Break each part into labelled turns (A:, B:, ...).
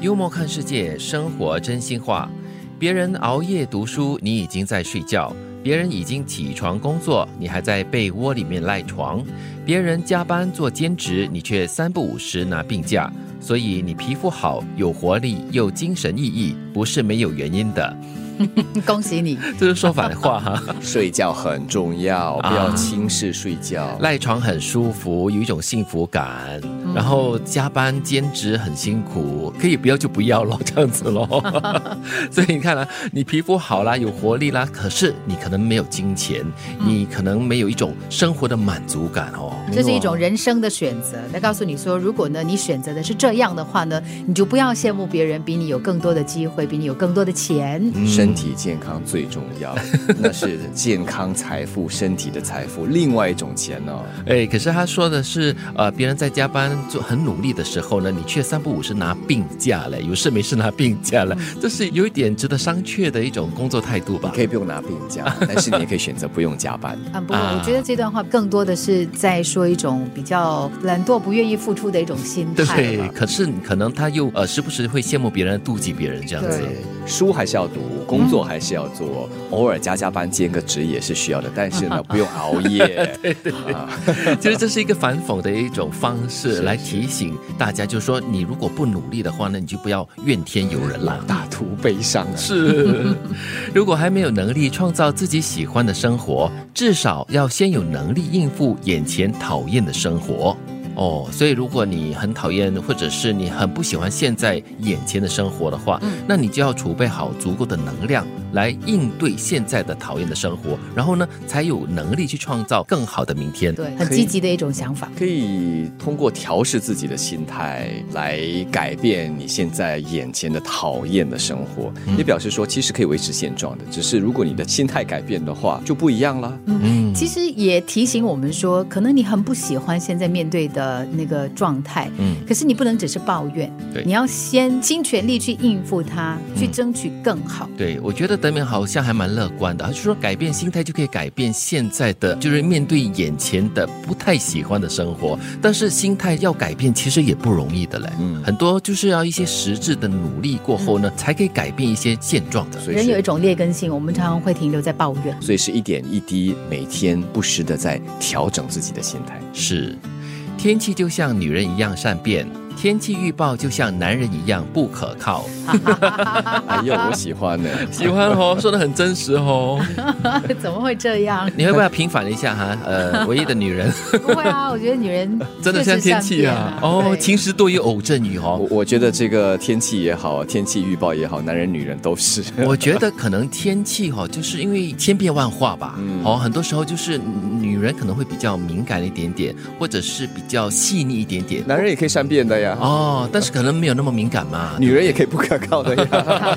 A: 幽默看世界，生活真心话。别人熬夜读书，你已经在睡觉；别人已经起床工作，你还在被窝里面赖床；别人加班做兼职，你却三不五时拿病假。所以你皮肤好、有活力又精神奕奕，不是没有原因的。
B: 恭喜你，
A: 这是说反话哈、
C: 睡觉很重要，
A: 啊
C: 不要轻视睡觉。
A: 赖床很舒服，有一种幸福感。
B: 嗯
A: 然后加班兼职很辛苦，可以不要就不要咯，这样子咯。 所以你看啦、你皮肤好啦，有活力啦，可是你可能没有金钱，你可能没有一种生活的满足感哦。
B: 嗯这是一种人生的选择。来告诉你说，如果呢你选择的是这样的话呢，你就不要羡慕别人比你有更多的机会，比你有更多的钱。
C: 身体健康最重要，那是健康财富，身体的财富，另外一种钱哦。
A: 哎，可是他说的是，呃，别人在加班做很努力的时候呢，你却三不五时拿病假嘞，有事没事拿病假嘞，
B: 嗯
A: 这是有一点值得商榷的一种工作态度吧
C: 你？可以不用拿病假，但是你也可以选择不用加班。
B: 啊，不过
A: 啊
B: 我觉得这段话更多的是在说一种比较懒惰、不愿意付出的一种心态
A: 对
B: 了，。
A: 可是可能他又呃时不时会羡慕别人、妒忌别人这样子
B: 对。
C: 书还是要读，工作还是要做，偶尔加加班兼个职也是需要的，但是呢，不用熬夜。
A: 其实这是一个反讽的一种方式，来提醒大家，就是说你如果不努力的话呢，你就不要怨天尤人啦。
C: 大图悲伤啊！
A: 是， 如果还没有能力创造自己喜欢的生活，至少要先有能力应付眼前讨厌的生活。哦，所以如果你很讨厌，或者是你很不喜欢现在眼前的生活的话，那你就要储备好足够的能量来应对现在的讨厌的生活，然后呢，才有能力去创造更好的明天。
B: 对，很
C: 可以
B: 积极的一种想法。
C: 可以通过调试自己的心态来改变你现在眼前的讨厌的生活，也表示说其实可以维持现状的，只是如果你的心态改变的话就不一样了。
A: 嗯，
B: 其实也提醒我们说，可能你很不喜欢现在面对的那个状态，
A: 嗯
B: 可是你不能只是抱怨，
A: 对
B: 你要先尽全力去应付它，去争取更好。
A: 对，我觉得德明好像还蛮乐观的，他就说改变心态就可以改变现在的，就是面对眼前的不太喜欢的生活。但是心态要改变，其实也不容易的嘞。
C: 嗯
A: 很多就是要一些实质的努力过后呢，才可以改变一些现状的。
C: 所以
B: 人有一
C: 是，
B: 种劣根性，我们常常会停留在抱怨。
C: 所以是一点一滴，每天不时的在调整自己的心态。
A: 是，天气就像女人一样善变，天气预报就像男人一样不可靠。
C: 哎呦，我喜欢呢。
A: 喜欢哦，说的很真实哦。
B: 怎么会这 样？
A: 你会不会要平反一下哈、呃，唯一的女人
B: 不会啊，我觉得女人
A: 真的像天气啊，哦，晴
B: 实
A: 时多云偶阵雨哦。
C: 我我觉得这个天气也好，天气预报也好，男人女人都是。
A: 我觉得可能天气哈、哦，就是因为千变万化吧。
C: 嗯
A: 哦，很多时候就是嗯女人可能会比较敏感一点点，或者是比较细腻一点点。
C: 男人也可以善变的呀，
A: 哦，但是可能没有那么敏感嘛。
C: 女人也可以不可靠的呀。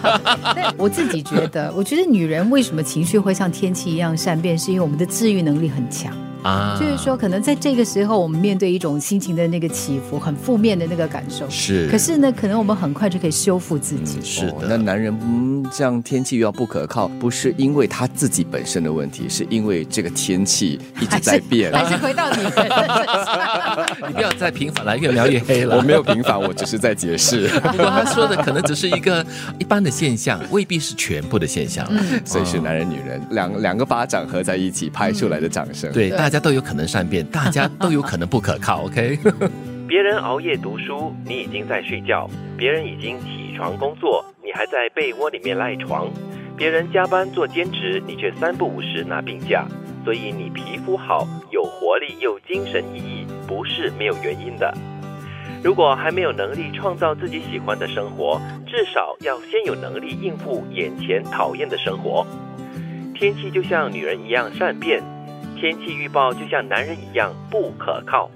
B: 但我自己觉得， 我觉得女人为什么情绪会像天气一样善变，是因为我们的治愈能力很强。
A: 啊，
B: 就是说，可能在这个时候，我们面对一种心情的那个起伏，很负面的那个感受。
A: 是，
B: 可是呢，可能我们很快就可以修复自己。
A: 是
C: 哦
A: 的，
C: 那男人嗯，这样天气预报不可靠，不是因为他自己本身的问题，是因为这个天气一直
B: 还
C: 在
B: 是
C: 变。
A: 哎
B: 还是回到你的
A: 你不要再平反了，越描越黑了。
C: 我没有平反，我 只是在解 释，
A: 不过他说的可能只是一个一般的现象，未必是全部的现象。
B: 嗯
C: 所以
A: 嗯
C: 是男人女人两两个巴掌合在一起拍出来的掌声。
A: 对，
B: 对
A: 大家都有可能善变，大家都有可能不可靠。OK。
D: 别人熬夜读书，你已经在睡觉；别人已经起床工作，你还在被窝里面赖床；别人加班做兼职，你却三不五时拿病假。所以你皮肤好、有活力又精神奕奕，不是没有原因的。如果还没有能力创造自己喜欢的生活，至少要先有能力应付眼前讨厌的生活。天气就像女人一样善变，天气预报就像男人一样不可靠。